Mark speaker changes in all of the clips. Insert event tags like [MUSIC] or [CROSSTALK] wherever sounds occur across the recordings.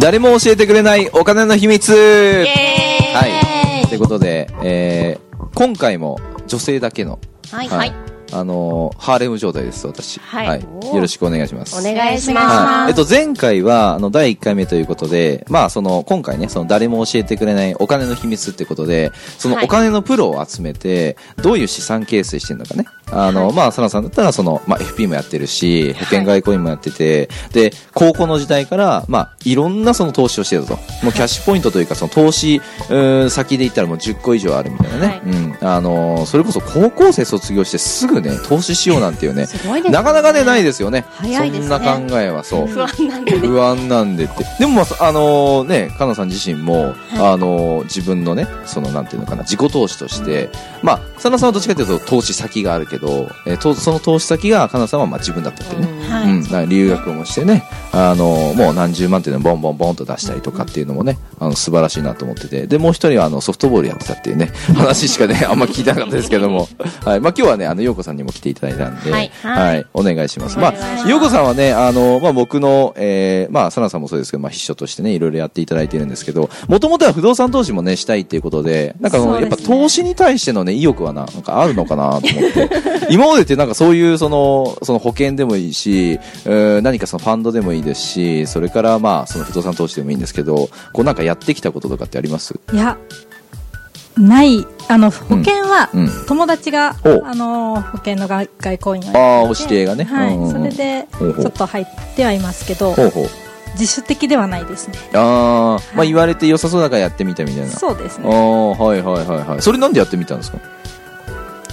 Speaker 1: 誰も教えてくれないお金の秘密
Speaker 2: エーイ
Speaker 1: はい。ということで、えー、今回も女性だけの、
Speaker 2: はい
Speaker 1: あのーハーレム状態です、私。
Speaker 2: はい
Speaker 1: よろしくお願いします。
Speaker 2: お願いし
Speaker 1: は
Speaker 2: ま
Speaker 1: い、え
Speaker 2: す
Speaker 1: っと、前回は、あの、第1回目ということで、まあ、その、今回ね、その、誰も教えてくれないお金の秘密ってことで、その
Speaker 2: はい
Speaker 1: お金のプロを集めて、どういう資産形成してるのかね。あの、
Speaker 2: はい
Speaker 1: まあ、サナさんだったら、その、まあ、FP もやってるし、保険外交員もやってて、で、高校の時代から、まあ、いろんなその投資をしてたと。もうキャッシュポイントというか、その投資、うーん先で言ったらもう10個以上あるみたいなね。
Speaker 2: はい
Speaker 1: うん。あのーそれこそ高校生卒業してすぐね、投資しようなんていうね、
Speaker 2: すごいですね
Speaker 1: なかなかね、ないですよね。
Speaker 2: 早いですね
Speaker 1: そんな考えはそう。
Speaker 2: 不安なんで
Speaker 1: 不安なんでって。でもまあ、そあのね、かなさん自身も、あのー自分のね、その、なんていうのかな、自己投資として、まあ、さなさんはどっちかというと投資先があるけど、えーとその投資先が、かなさんはまあ自分だったっていうね。
Speaker 2: は
Speaker 1: うん、だから留学もしてね、あのもう何十万っていうのをボンボンボンと出したりとかっていうのもね、あの素晴らしいなと思ってて、で、もう一人はあのソフトボールやってたっていうね、話しかね、あんま聞いてなかったですけど
Speaker 2: [LAUGHS]
Speaker 1: も、はい、まあ今日はね、あの、ようこさんにも来ていただいたんで、
Speaker 2: はい
Speaker 1: はい、お願いします。
Speaker 2: お
Speaker 1: ま
Speaker 2: 願いします
Speaker 1: あ、ようこさんはね、あの、まあ僕の、えー、まあ、サナさんもそうですけど、まあ秘書としてね、いろいろやっていただいてるんですけど、もともとは不動産投資もね、したいっていうことで、なんかその、
Speaker 2: そう
Speaker 1: や
Speaker 2: で
Speaker 1: っ
Speaker 2: す
Speaker 1: ぱ
Speaker 2: ね
Speaker 1: 投資に対してのね、意欲はな、なんかあるのかなと思って、 [LAUGHS] 今までってなんかそういうその、その保険でもいいし、えー何かそのファンドでもいいですし、それからまあ、その不動産投資でもいいんですけど、こうなんかやってきたこととかってあります
Speaker 3: いや、ない、あの、保険は、
Speaker 1: うん。
Speaker 3: 友達が、
Speaker 1: お
Speaker 3: あのー、保険の外外交員を
Speaker 1: ああ、
Speaker 3: や
Speaker 1: お
Speaker 3: ってて
Speaker 1: 指定がね。
Speaker 3: はい、
Speaker 1: うんうんうん
Speaker 3: それ。で、ち
Speaker 1: ほうほう
Speaker 3: ょっと入ってはいますけど、
Speaker 1: ほうほう。
Speaker 3: 自主的ではないですね。
Speaker 1: ああ、まあ言われて良さそうだからやってみたみたいな。
Speaker 3: そうです
Speaker 1: あ
Speaker 3: ね。
Speaker 1: あ、はいはいはいはい。それなんでやってみたんですか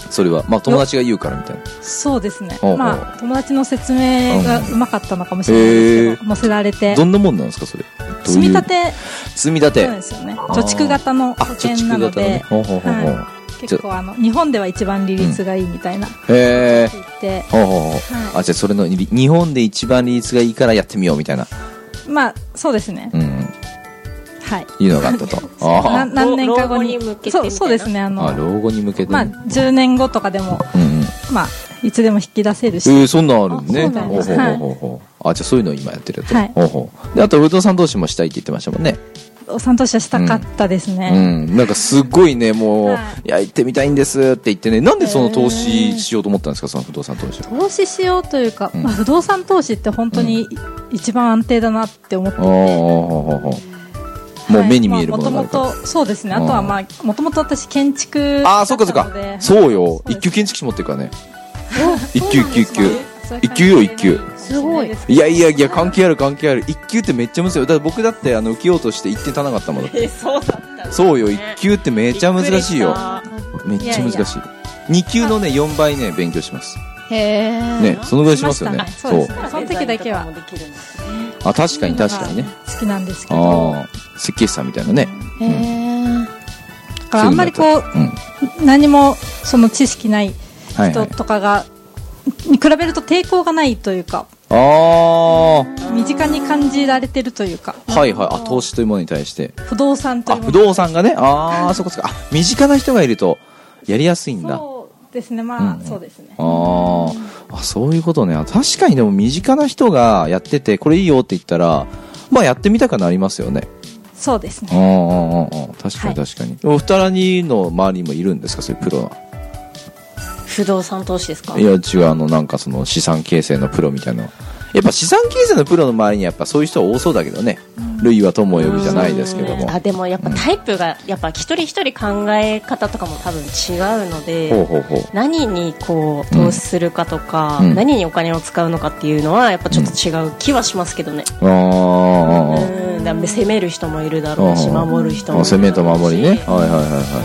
Speaker 1: それは、まあ友達が言うからみたいな。
Speaker 3: そうですね
Speaker 1: ほうほ。う
Speaker 3: まあ、友達の説明がうまかったのかもしれない
Speaker 1: へ
Speaker 3: で
Speaker 1: え
Speaker 3: すけど、乗せられて
Speaker 1: ど、んなもんなんですか、それ。どうい
Speaker 3: 積
Speaker 1: う
Speaker 3: み立。て、
Speaker 1: 積み立
Speaker 3: そう
Speaker 1: て。
Speaker 3: ですよね。
Speaker 1: ー
Speaker 3: 貯蓄型の
Speaker 1: あ、
Speaker 3: 保
Speaker 1: 貯
Speaker 3: 険
Speaker 1: 蓄
Speaker 3: なの
Speaker 1: 型のね
Speaker 3: で。、
Speaker 1: ほうほうほうほう。
Speaker 3: は結構あの、日本では一番利率がいいみたいな、
Speaker 1: へえ。
Speaker 3: 言って、
Speaker 1: ほうほうほう。
Speaker 3: は
Speaker 1: あ、じゃあそれの、り日本で一番利率がいいからやってみようみたいな。
Speaker 3: い。まあ、そうですね
Speaker 1: う。んうん。
Speaker 3: はい。
Speaker 1: いうのがあった
Speaker 3: [LAUGHS]
Speaker 1: と。
Speaker 3: な
Speaker 1: あ
Speaker 3: 何年か後
Speaker 2: 老
Speaker 3: に
Speaker 2: 後に向けてみたい
Speaker 3: そう
Speaker 2: な
Speaker 3: そうですねあ
Speaker 1: あ。
Speaker 3: の
Speaker 1: あ、老後に向けて。
Speaker 3: まあ、10年後とかでも、
Speaker 1: うんうん。
Speaker 3: まあ、いつでも引き出せる
Speaker 1: え
Speaker 3: し、
Speaker 1: ーそんなんあるんね。
Speaker 3: あそうなん
Speaker 1: ほう
Speaker 3: です
Speaker 1: ほうほうほうほう。あ、じゃあそういうのを今やってると。
Speaker 3: はい
Speaker 1: ほうほう。で、あと不動産投資もしたいって言ってましたもんね。
Speaker 3: お産投資はしたかったです
Speaker 1: う
Speaker 3: ね、
Speaker 1: ん。なんかすごいね、もう、、
Speaker 3: はい
Speaker 1: や、行ってみたいんですって言ってね、なんでその投資しようと思ったんですか、その不動産投資は。
Speaker 3: 投資しようというか、
Speaker 1: うん
Speaker 3: まあ、不動産投資って本当に一番安定だなって思って、
Speaker 1: ああ、もう目に見えるものがあるから。
Speaker 3: もともとそうですねあとはまあもともと私建築
Speaker 1: ああ、そっかそっ
Speaker 3: だったので
Speaker 1: か。そうよ
Speaker 3: そ。うです
Speaker 1: 一級建築士持ってるからね。一級、一級、一級。
Speaker 3: そういう感じ
Speaker 1: 一級よ、一級。
Speaker 2: すごい
Speaker 1: いやいやいや、関係ある関係ある。一級ってめっちゃむずいよ。だって僕だって、あの、受けようとして一点足らなかったもの。
Speaker 2: えそうだった
Speaker 1: そうよ、一級ってめっちゃ難しいよ。めっちゃ
Speaker 3: いやい
Speaker 1: 難
Speaker 3: や
Speaker 1: しい。二級のね、四倍ね、勉強します。
Speaker 3: へえ
Speaker 1: ね、そのぐらいしますよね。
Speaker 3: しまし
Speaker 1: そ
Speaker 3: たね
Speaker 1: う
Speaker 3: そう。ですねその時だけは
Speaker 2: デザインとかもできるんです
Speaker 1: あ、確かに確かにね。
Speaker 3: 好きなんですけど
Speaker 1: ああ、設計士さんみたいなね。
Speaker 2: ね
Speaker 3: だからあんまりこう
Speaker 1: うん。
Speaker 3: 何もその知識ない
Speaker 1: はいは
Speaker 3: 人
Speaker 1: い。
Speaker 3: とかが、に比べると抵抗がないというか
Speaker 1: あ
Speaker 3: 身近に感じられてるというか
Speaker 1: あ、はいはい。あ、投資というものに対して。
Speaker 3: 不動産とい
Speaker 1: あ、
Speaker 3: うもの
Speaker 1: 不動産がね。ああ、そこそこ。あ、身近な人がいると、やりやすいんだ。
Speaker 3: そうですねまあ、
Speaker 1: うん
Speaker 3: そうですね
Speaker 1: あーあ、そういうことね。あ確かにでも身近な人がやってて、これいいよって言ったら、まあやってみたくなりますよね。
Speaker 3: そうです
Speaker 1: う
Speaker 3: ね
Speaker 1: んうんうんうん。確かに
Speaker 3: はい
Speaker 1: 確かに。お二人の周りにもいるんですかそういうプロは。
Speaker 2: 不動産投資ですか
Speaker 1: いや、違う、あの、なんかその資産形成のプロみたいな。やっぱ資産形成のプロの周りにやっぱそういう人は多そうだけどね。類は友を呼ぶじゃないですけども
Speaker 2: うん。あでもやっぱタイプがやっぱ一人一人考え方とかも多分違うので、
Speaker 1: ほうほうほう。
Speaker 2: 何にこう投資するかとか、
Speaker 1: うん
Speaker 2: 何にお金を使うのかっていうのはやっぱちょっと違う気はしますけどね、うん
Speaker 1: あーあー、
Speaker 2: だから攻める人もいるだろうし
Speaker 1: うん
Speaker 2: 守る人
Speaker 1: あ
Speaker 2: も
Speaker 1: ー。
Speaker 2: い
Speaker 1: あ
Speaker 2: る
Speaker 1: 攻めと守りね。はいはいはい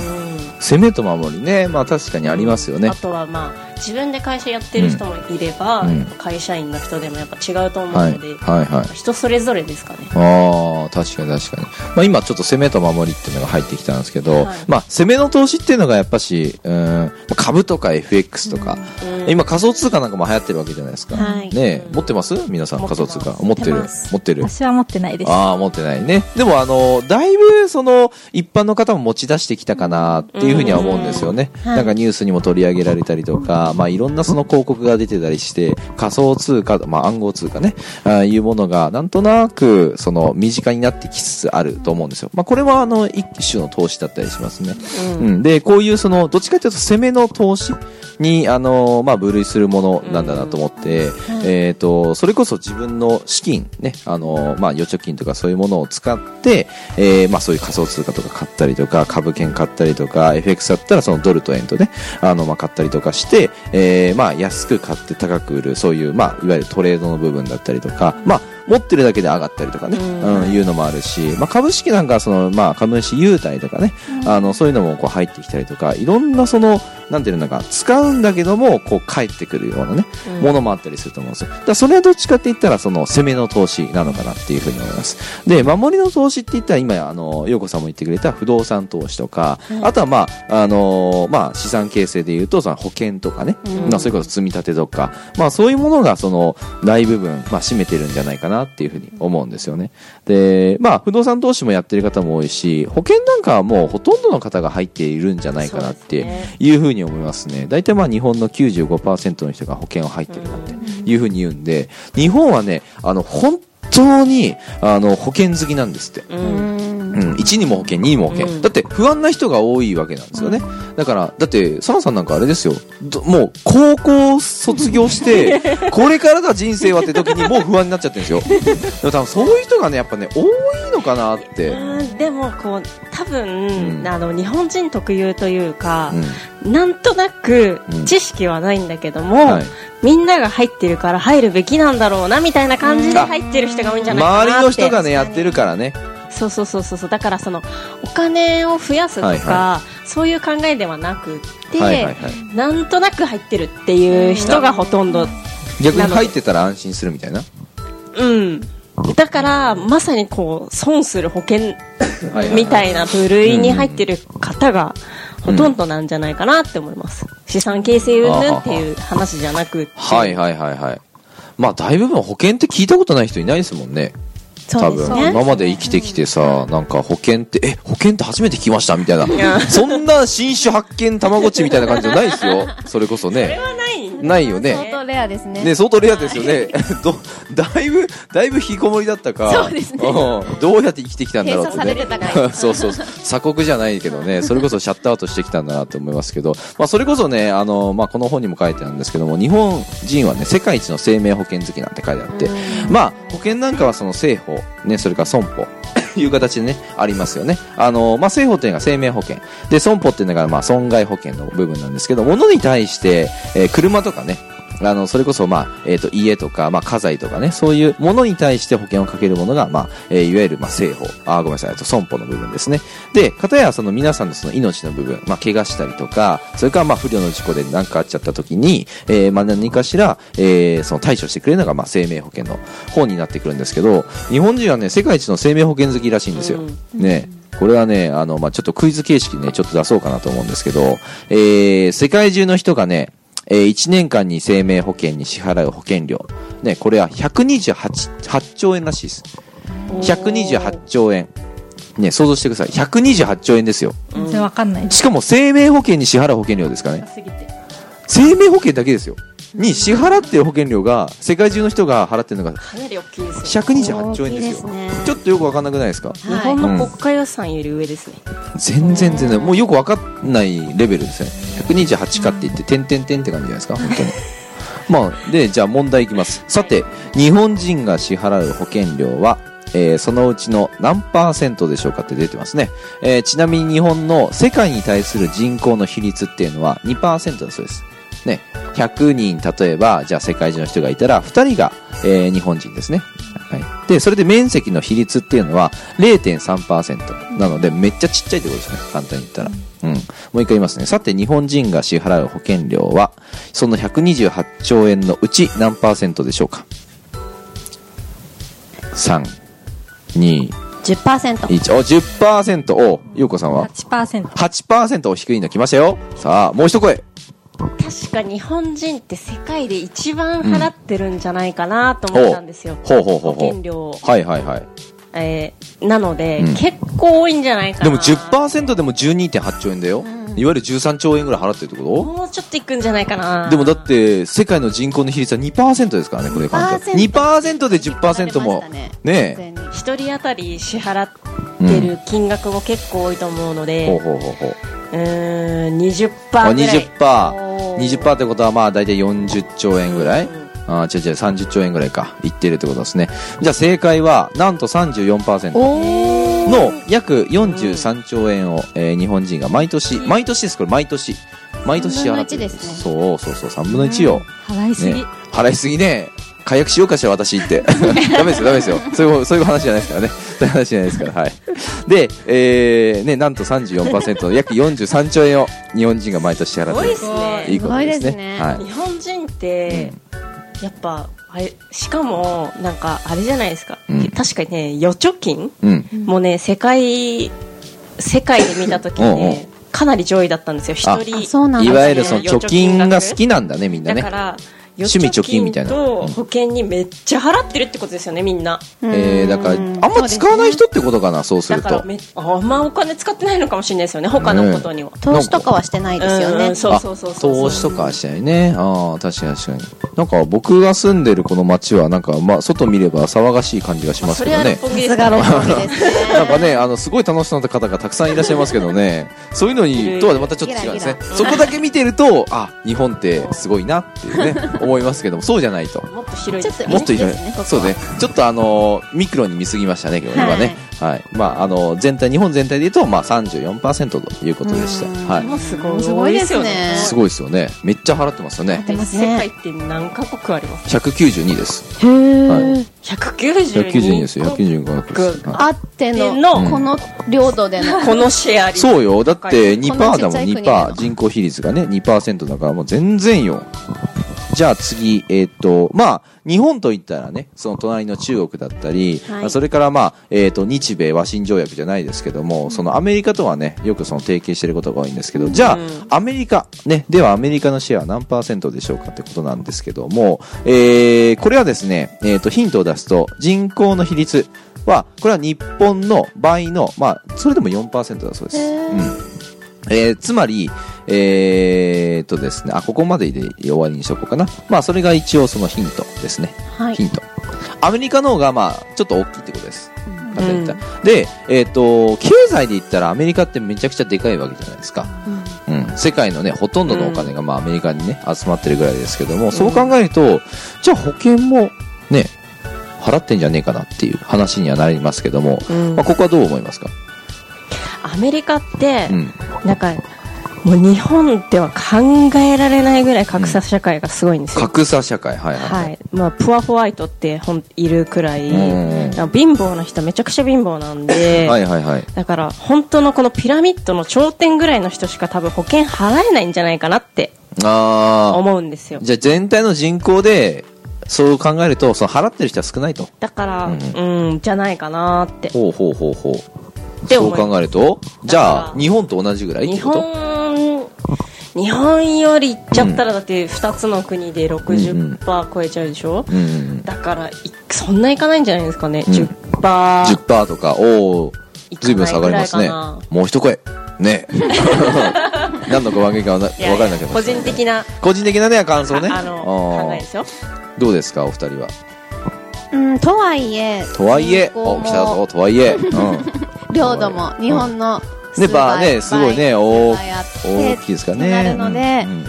Speaker 1: はい。
Speaker 2: う
Speaker 1: 攻めと守りね。まあ確かにありますよ
Speaker 2: ん
Speaker 1: ね
Speaker 2: あ。とはまあ自分で会社やってる人もいれば、
Speaker 1: うん
Speaker 2: やっぱ会社員の人でもやっぱ違うと思う
Speaker 1: はい
Speaker 2: ので、
Speaker 1: はいはい。
Speaker 2: 人それぞれですかね
Speaker 1: ああ、確かに確かに。まあ今ちょっと攻めと守りっていうのが入ってきたんですけど、
Speaker 2: はい
Speaker 1: まあ攻めの投資っていうのがやっぱし、うーん、株とか FX とか、
Speaker 2: うん
Speaker 1: 今仮想通貨なんかも流行ってるわけじゃないですか。
Speaker 2: はい
Speaker 1: ねえ
Speaker 2: うん
Speaker 1: 持ってます皆さん
Speaker 2: 持っ
Speaker 1: 仮
Speaker 2: てま
Speaker 1: 想
Speaker 2: す
Speaker 1: 通貨。持ってる
Speaker 2: 持ってます
Speaker 1: 持ってる
Speaker 3: 私は持ってないです
Speaker 1: ああ、持ってないね。でもあの、だいぶその、一般の方も持ち出してきたかなっていうふうには思うんですよね。
Speaker 2: うんはい
Speaker 1: なんかニュースにも取り上げられたりとか、か、まあ、いろんなその広告が出てたりして仮想通貨、まあ、暗号通貨ねあいうものがなんとなくその身近になってきつつあると思うんですよ、まあ、これはあの一種の投資だったりしますね、
Speaker 2: うん
Speaker 1: うん、でこういうそのどっちかというと攻めの投資にあの、まあ、分類するものなんだなと思って、えー、とそれこそ自分の資金、ねあのまあ、預貯金とかそういうものを使って、えーまあ、そういう仮想通貨とか買ったりとか株券買ったりとか FX だったらそのドルと円とねあの、まあ、買ったりとかして、えーまあ、安く買って高く売るそういう、まあ、いわゆるトレードの部分だったりとか、まあ、持ってるだけで上がったりとかね、
Speaker 2: うん
Speaker 1: うん、いうのもあるし、まあ、株式なんかはその、まあ、株主優待とかね、あのそういうのもこう入ってきたりとかいろんなそのなんていうのか使うんだけどもこう返ってくるようなね、
Speaker 2: うん
Speaker 1: ものもあったりすると思うんですよだからそれはどっちかって言ったらその攻めの投資なのかなっていうふうに思いますで守りの投資って言ったら今あの陽子さんも言ってくれた不動産投資とか、
Speaker 2: はい
Speaker 1: あとはまああのまあ資産形成でいうとその保険とかね、
Speaker 2: うん
Speaker 1: まあそれこそ積み立てとか、まあ、そういうものがその大部分、まあ、占めてるんじゃないかなっていうふうに思うんですよねで、まあ、不動産投資もやってる方も多いし、保険なんかはもうほとんどの方が入っているんじゃないかなっ
Speaker 2: そう
Speaker 1: て
Speaker 2: ですね
Speaker 1: いうふうに思いますね。大体まあ日本の95%の人が保険を入ってるなっていうふうに言うんで、日本はね、あの、本当に、あの、保険好きなんですって。
Speaker 2: うん
Speaker 1: うん、1にも保険、2にも保険、
Speaker 2: うん
Speaker 1: だって不安な人が多いわけなんですよね、だから、だって、サナさんなんかあれですよ、どもう高校卒業
Speaker 2: [LAUGHS]
Speaker 1: して、これからが人生はって時に、もう不安になっちゃってるんですよ、でも多分そういう人がね、やっぱね、多いのかなって、うん
Speaker 2: うんでもこう多分、
Speaker 1: うん
Speaker 2: あの日本人特有というか、
Speaker 1: は
Speaker 2: なんとなく
Speaker 1: うん
Speaker 2: 知識はないんだけども、
Speaker 1: い、
Speaker 2: みんなが入ってるから入るべきなんだろうなみたいな感じで入ってる人が多いんじゃないかなっ
Speaker 1: 周
Speaker 2: て
Speaker 1: りの人がね、やってるからね、
Speaker 2: そうそうそうそうそうだからそのお金を増やすとか、
Speaker 1: はいは
Speaker 2: そういう考えではなくって、
Speaker 1: はいはいはい、
Speaker 2: なんとなく入ってるっていう人がほとんど、
Speaker 1: 逆に入ってたら安心するみたいな、
Speaker 2: うん、だからまさにこう損する保険
Speaker 1: はは
Speaker 2: みたいな部類に入ってる方がほとんどなんじゃないかなって思います、資産形成云々っていう話じゃなくって
Speaker 1: はいはいはいはい、まあ、大部分保険って聞いたことない人いないですもんね。
Speaker 2: そ
Speaker 1: 多
Speaker 2: うです
Speaker 1: 分、
Speaker 2: ね
Speaker 1: 今まで生きてきてさ、なんか保険って、え、保険って初めて聞きましたみたいな。
Speaker 2: や
Speaker 1: そんな新種発見たまごっちみたいな感じじゃないですよ。それこそ
Speaker 2: それ
Speaker 1: ね。
Speaker 2: はないんだ
Speaker 1: ないよ
Speaker 4: 相
Speaker 1: ね。
Speaker 4: 当レアですね
Speaker 1: ね、相当レアですよね。 [LAUGHS] ど、だいぶ、だいぶ引きこもりだったか。
Speaker 4: そうですね
Speaker 1: うんどうやって生きてきたんだろうって、ね。
Speaker 4: 閉鎖されてたか
Speaker 1: [LAUGHS] そうそうそう。鎖国じゃないけど
Speaker 4: [LAUGHS]
Speaker 1: ね、それこそシャットアウトしてきたんだなと思いますけど、まあそれこそね、あの、まあこの本にも書いてあるんですけども、日本人はね、世界一の生命保険好きなんて書いてあって、まあ、保険なんかはその生保、ね、それから損保。 [LAUGHS] いう形でね、ありますよね。あの、まあ、生保というのが生命保険。で、損保っていうのが、まあ、損害保険の部分なんですけど、物に対して、えー車とかね、あの、それこそ、まあ、えっ、と、家とか、まあ、家財とかね、そういうものに対して保険をかけるものが、まあ、えーいわゆる、まあ、生保。あー、ごめんなさい、えっと、損保の部分ですね。で、片や、その、皆さんのその命の部分、まあ、怪我したりとか、それから、まあ、不慮の事故で何かあっちゃった時に、えーまあ、何かしら、えーその、対処してくれるのが、まあ、生命保険の方になってくるんですけど、日本人はね、世界一の生命保険好きらしいんですよ。ね。これはね、あの、まあ、ちょっとクイズ形式でね、ちょっと出そうかなと思うんですけど、えー世界中の人がね、えー1年間に生命保険に支払う保険料。ね、これは128 8兆円らしいです。128兆円。ね、想像してください。128兆円ですよ。
Speaker 3: 全然わかんない
Speaker 1: しかも生命保険に支払う保険料ですからね。
Speaker 3: すぎて
Speaker 1: 生命保険だけですよ。に支払ってる保険料が、世界中の人が払ってるのが
Speaker 2: かなり大きいですよ
Speaker 1: 128兆円ですよ。
Speaker 4: 大きいですね
Speaker 1: ちょっとよくわかんなくないですか
Speaker 2: 日本の国家予算より上ですね、
Speaker 1: 全然全然もうよく分かんないレベルですね128かって言って点点点って感じじゃないですか本当にまあでじゃあ問題いきますさて日本人が支払う保険料はえーそのうちの何パーセントでしょうかって出てますね、えーちなみに日本の世界に対する人口の比率っていうのは2%だそうですね、100人例えばじゃあ世界中の人がいたら2人が、えー日本人ですね、はい、でそれで面積の比率っていうのは0.3%なのでめっちゃちっちゃいってことですね簡単に言ったら、うん、もう一回言いますねさて日本人が支払う保険料はその128兆円のうち何パーセントでしょうか321
Speaker 4: 10%10%
Speaker 1: お10%おゆうこさんは
Speaker 3: 8%
Speaker 1: 8%お低いの来ましたよさあもう一声
Speaker 2: 確か日本人って世界で一番払ってるんじゃないかなと思ったんですよ、
Speaker 1: ほうほうほう
Speaker 2: 保
Speaker 1: ほ
Speaker 2: 険料を
Speaker 1: うはいはいはい
Speaker 2: えーなので、
Speaker 1: うん
Speaker 2: 結構多いんじゃないかな
Speaker 1: でも10%でも12.8兆円だよ、
Speaker 2: うん
Speaker 1: いわゆる13兆円ぐらい払ってるってこ
Speaker 2: もうちょっといくんじゃないかな
Speaker 1: とでもだって世界の人口の比率は2%ですからねこれ考えたら2%で10%もねえ
Speaker 4: え
Speaker 2: 1人当たり支払ってる金額も結構多いと思うので、
Speaker 1: ほう
Speaker 2: う
Speaker 1: ほうほうほう
Speaker 2: ーん20%ぐ
Speaker 1: あ
Speaker 2: らい
Speaker 1: 20%
Speaker 4: おー
Speaker 1: 20%ってことはまあ大体40兆円ぐらい、
Speaker 2: うん
Speaker 1: あー違う違う30兆円ぐらいかいってるってことですねじゃあ正解はなんと34%
Speaker 4: おー
Speaker 1: の約43兆円を、えー日本人が毎年毎年ですこれ毎年毎年払って
Speaker 4: 3分
Speaker 1: る
Speaker 4: の1ですね
Speaker 1: そうそうそう3分の1を、
Speaker 3: 払いすぎ、
Speaker 1: ね、払いすぎね解約しようかしら私ってダメですよダメですよそういうそういう話じゃないですからねそういう話じゃないですからはいで、えーね、なんと34%の約43兆円を日本人が毎年支払
Speaker 2: す
Speaker 1: っ
Speaker 2: ご
Speaker 1: てる
Speaker 2: いですね
Speaker 1: いいことですね
Speaker 4: すごいですね
Speaker 1: はい、
Speaker 2: 日本人って、やっぱあれしかもなんかあれじゃないですか、
Speaker 1: うん
Speaker 2: 確かにね預貯金
Speaker 1: うん
Speaker 2: もね世界世界で見た時
Speaker 1: うんうん
Speaker 2: ねかなり上位だったんですよ一人
Speaker 4: あそうなん
Speaker 1: い
Speaker 4: だ
Speaker 1: わゆるその貯金が好きなんだねみんな
Speaker 2: だ
Speaker 1: ね
Speaker 2: から
Speaker 1: 趣味貯金みたいな
Speaker 2: 預貯金と保険にめっちゃ払ってるってことですよねみんな
Speaker 1: えー、だからあんま使わない人ってことかなそうす
Speaker 2: だ
Speaker 1: る
Speaker 2: か
Speaker 1: と
Speaker 2: らめあんまお金使ってないのかもしれないですよね他のことには、
Speaker 4: 投資とかはしてないですよ
Speaker 2: うん
Speaker 4: ね
Speaker 2: うんそうそうそうそう
Speaker 1: あ投資とかはしないねああ確かに確かになんか僕が住んでるこの街はなんかまあ外見れば騒がしい感じがします
Speaker 2: そ
Speaker 1: け
Speaker 2: れ
Speaker 1: ど
Speaker 2: は
Speaker 1: ね
Speaker 2: 六本
Speaker 4: さ
Speaker 2: 木ですす
Speaker 4: が
Speaker 2: か [LAUGHS]
Speaker 4: 六
Speaker 2: ら
Speaker 4: 本木ですね
Speaker 1: なんかね、あの、すごい楽しそうな方がたくさんいらっしゃいますけどね、そういうのに、とはまたちょっと違うんですね
Speaker 4: ギラギ。ラ
Speaker 1: そこだけ見てると、あ、日本ってすごいなって
Speaker 4: [LAUGHS]
Speaker 1: いうね、思いますけども、そうじゃないと。
Speaker 2: もっと広
Speaker 4: ち
Speaker 2: い
Speaker 4: ょっと
Speaker 1: もっといろいろ
Speaker 4: ですねここは
Speaker 1: そうね。ちょっとあのー、ミクロに見すぎましたね、今日はね。はい。まあ、あのー、全体、日本全体で言うと、まあ、34%ということでした。
Speaker 4: うん
Speaker 1: は
Speaker 2: す
Speaker 4: ごいすごいですね
Speaker 1: い。すごいですよね。めっちゃ払ってますよね。
Speaker 4: てます
Speaker 2: 世
Speaker 4: ね
Speaker 2: 界って何カ国あります
Speaker 1: 192です。
Speaker 4: へー
Speaker 1: はい
Speaker 2: 192
Speaker 1: 192ですよ。192個です。はい
Speaker 4: あって
Speaker 2: う
Speaker 4: の
Speaker 1: ん
Speaker 4: この領土での
Speaker 2: このシェアリング
Speaker 1: そうよ。だって2%だも
Speaker 4: こ
Speaker 1: ん、
Speaker 4: んなちっちゃい国な
Speaker 1: 2%。
Speaker 4: の
Speaker 1: 人口比率がね、2%だからもう全然よ。じゃあ次、えーっと、まあ、日本といったらね、その隣の中国だったり、
Speaker 4: はい
Speaker 1: まあそれからまあ、えーっと、日米和親条約じゃないですけども、そのアメリカとはね、よくその提携してることが多いんですけど、じゃあ、アメリカ、ね、ではアメリカのシェアは何パーセントでしょうかってことなんですけども、えー、これはですね、えーっと、ヒントを出すと、人口の比率は、これは日本の倍の、まあ、それでも4%だそうです。
Speaker 4: へー
Speaker 1: うんえーつまり、えーっとですね、あ、ここまでで終わりにしとこうかな。まあ、それが一応そのヒントですね。
Speaker 4: はい
Speaker 1: ヒント。アメリカの方が、まあ、ちょっと大きいってことです。
Speaker 4: うん
Speaker 1: 簡単に言ったらで、えーっと、経済で言ったらアメリカってめちゃくちゃでかいわけじゃないですか。うん、世界のね、ほとんどのお金が、まあ、アメリカにね、集まってるぐらいですけども、そう考えると、じゃあ保険も、ね、払ってんじゃねえかなっていう話にはなりますけども、
Speaker 2: うん
Speaker 1: まあ、ここはどう思いますか
Speaker 2: アメリカって、
Speaker 1: うん。
Speaker 2: なんかもう日本では考えられないぐらい格差社会がすごいんですよ、
Speaker 1: 格差社会、はいはい、はい。
Speaker 2: はいまあ、プアホワイトってほんいるくらい、
Speaker 1: うん
Speaker 2: だから貧乏な人めちゃくちゃ貧乏なんで、
Speaker 1: はいはいはい。
Speaker 2: だから本当のこのピラミッドの頂点ぐらいの人しか多分保険払えないんじゃないかなって
Speaker 1: あ
Speaker 2: 思うんですよ
Speaker 1: あ。じゃあ全体の人口で、そう考えると、その払ってる人は少ないと。
Speaker 2: だから
Speaker 1: う
Speaker 2: うん、じゃないかなって
Speaker 1: ほうほうほうほう。
Speaker 2: て
Speaker 1: そう
Speaker 2: 思います
Speaker 1: 考えると、じ
Speaker 2: だ
Speaker 1: ゃ
Speaker 2: か
Speaker 1: あ、
Speaker 2: ら
Speaker 1: 日本と同じぐらいっ
Speaker 2: 日
Speaker 1: てこと
Speaker 2: 本日本より行っちゃったらだって2つの国で60%超えちゃうでしょ、
Speaker 1: うんうんうん。
Speaker 2: だからいそんないかないんじゃないですかね、
Speaker 1: うん
Speaker 2: 10%パー
Speaker 1: 10%とか、おお
Speaker 2: い、かな
Speaker 1: ず
Speaker 2: い
Speaker 1: いぶん下がります
Speaker 2: ぐらい
Speaker 1: ね
Speaker 2: かな。
Speaker 1: もう一声。
Speaker 2: [LAUGHS]
Speaker 1: ね。何のか分けかわな分
Speaker 2: いやいや
Speaker 1: からなきゃ
Speaker 2: 個人的な、
Speaker 1: 個人的なね、感想ね。
Speaker 2: ああの考
Speaker 1: あ
Speaker 2: えで
Speaker 1: ー
Speaker 2: すよ
Speaker 1: どうですか、お二人は。
Speaker 4: うんとはいえ
Speaker 1: とはいえ、
Speaker 4: 人口
Speaker 1: お、
Speaker 4: も
Speaker 1: 来たぞ、とはいえ。
Speaker 2: [LAUGHS]
Speaker 1: うん。
Speaker 4: 領土も日本の
Speaker 1: ね、
Speaker 4: 数
Speaker 1: ば
Speaker 4: 倍
Speaker 1: ね、すごい
Speaker 4: 倍
Speaker 1: ね、大
Speaker 4: 数倍あって
Speaker 1: 大きいですかね。
Speaker 4: ってなるので
Speaker 1: うんうん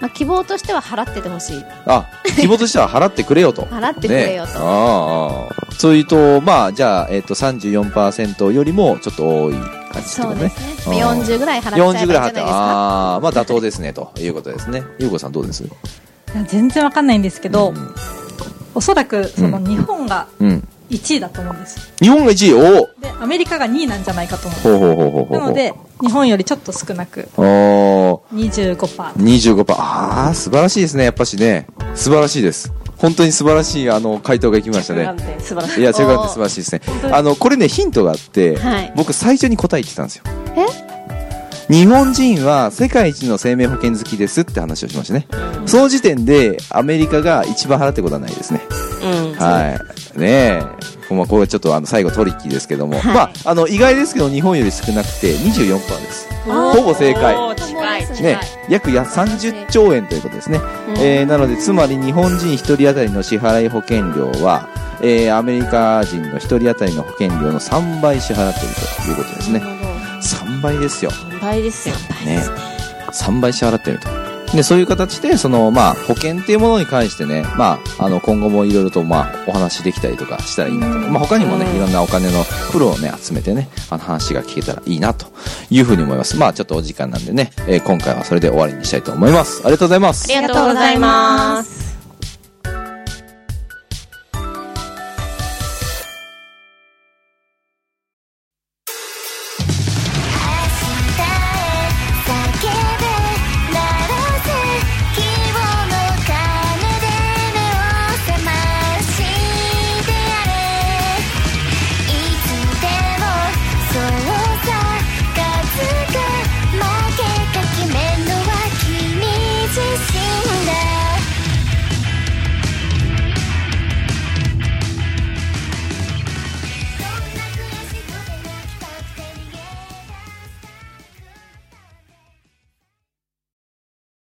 Speaker 4: まあ、希望としては払っててほしい
Speaker 1: あ、希望としては払ってくれよと。
Speaker 4: [LAUGHS] 払ってくれよと
Speaker 1: ねああ。そういうと、まあ、じゃあ、えっ、と、34%よりもちょっと多い感じ
Speaker 4: そうですね
Speaker 1: ね
Speaker 4: まあ40ぐらい払っちゃえばいいんじ
Speaker 1: 40ぐ
Speaker 4: ゃ
Speaker 1: ら
Speaker 4: ないい
Speaker 1: 払っ
Speaker 4: です
Speaker 1: て、
Speaker 4: か
Speaker 1: ああ、まあ妥当ですね、ということですね。ゆうこさんどうです
Speaker 3: いや全然わかんないんですけど、
Speaker 1: ん
Speaker 3: おそらくその
Speaker 1: うん
Speaker 3: 日本が
Speaker 1: うん。
Speaker 3: 1位だと思うんです
Speaker 1: 日本が1位、おお
Speaker 3: でアメリカが2位なんじゃないかと思
Speaker 1: ほうほうほうほう
Speaker 3: う
Speaker 1: ほう。
Speaker 3: なので日本よりちょっと少なく
Speaker 1: おー、
Speaker 3: 25%、
Speaker 1: 25%。ああ、素晴らしいですね、やっぱしね。素晴らしいです。本当に素晴らしい、あの、回答が来ましたね
Speaker 2: なん。て素晴らしい
Speaker 1: いや、セグランテ素晴らしいですね。あの、これね、ヒントがあって、
Speaker 4: はい
Speaker 1: 僕最初に答え言ってたんですよ。日本人は世界一の生命保険好きですって話をしましたね。その時点でアメリカが一番払ってことはないですね。
Speaker 2: うん
Speaker 1: はい。ねえ。まあ、これはちょっとあの最後トリッキーですけども、
Speaker 4: はい
Speaker 1: まあ、あの意外ですけど日本より少なくて24%ですほぼ正解
Speaker 2: おー近い。
Speaker 1: ね、約や30兆円ということですね、えーなのでつまり日本人1人当たりの支払い保険料は、えーアメリカ人の1人当たりの保険料の3倍支払っているということですね3倍ですよ
Speaker 2: 倍ですよ。
Speaker 1: ね、3倍支払ってると。で、そういう形で、その、まあ、保険っていうものに関してね、まあ、あの、今後もいろいろと、まあ、お話できたりとかしたらいいなと。まあ、他にもね、いろんなお金のプロをね、集めてね、あの、話が聞けたらいいな、というふうに思います。まあ、ちょっとお時間なんでね、えー今回はそれで終わりにしたいと思います。ありがとうございます。
Speaker 4: ありがとうございます。